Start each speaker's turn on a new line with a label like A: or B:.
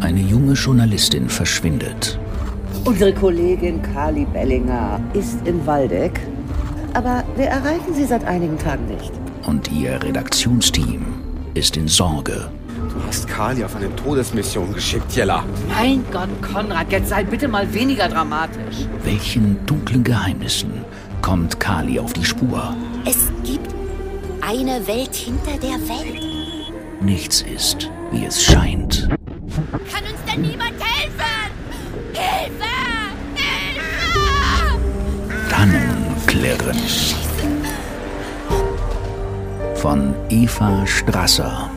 A: Eine junge Journalistin verschwindet.
B: Unsere Kollegin Carly Bellinger ist in Waldeck, aber wir erreichen sie seit einigen Tagen nicht.
A: Und ihr Redaktionsteam ist in Sorge.
C: Du hast Carly auf eine Todesmission geschickt, Jella.
D: Mein Gott, Konrad, jetzt sei bitte mal weniger dramatisch.
A: Welchen dunklen Geheimnissen kommt Kali auf die Spur?
E: Es gibt eine Welt hinter der Welt.
A: Nichts ist, wie es scheint.
E: Kann uns denn niemand helfen? Hilfe! Hilfe!
A: Tannen klirren. Von Eva Strasser.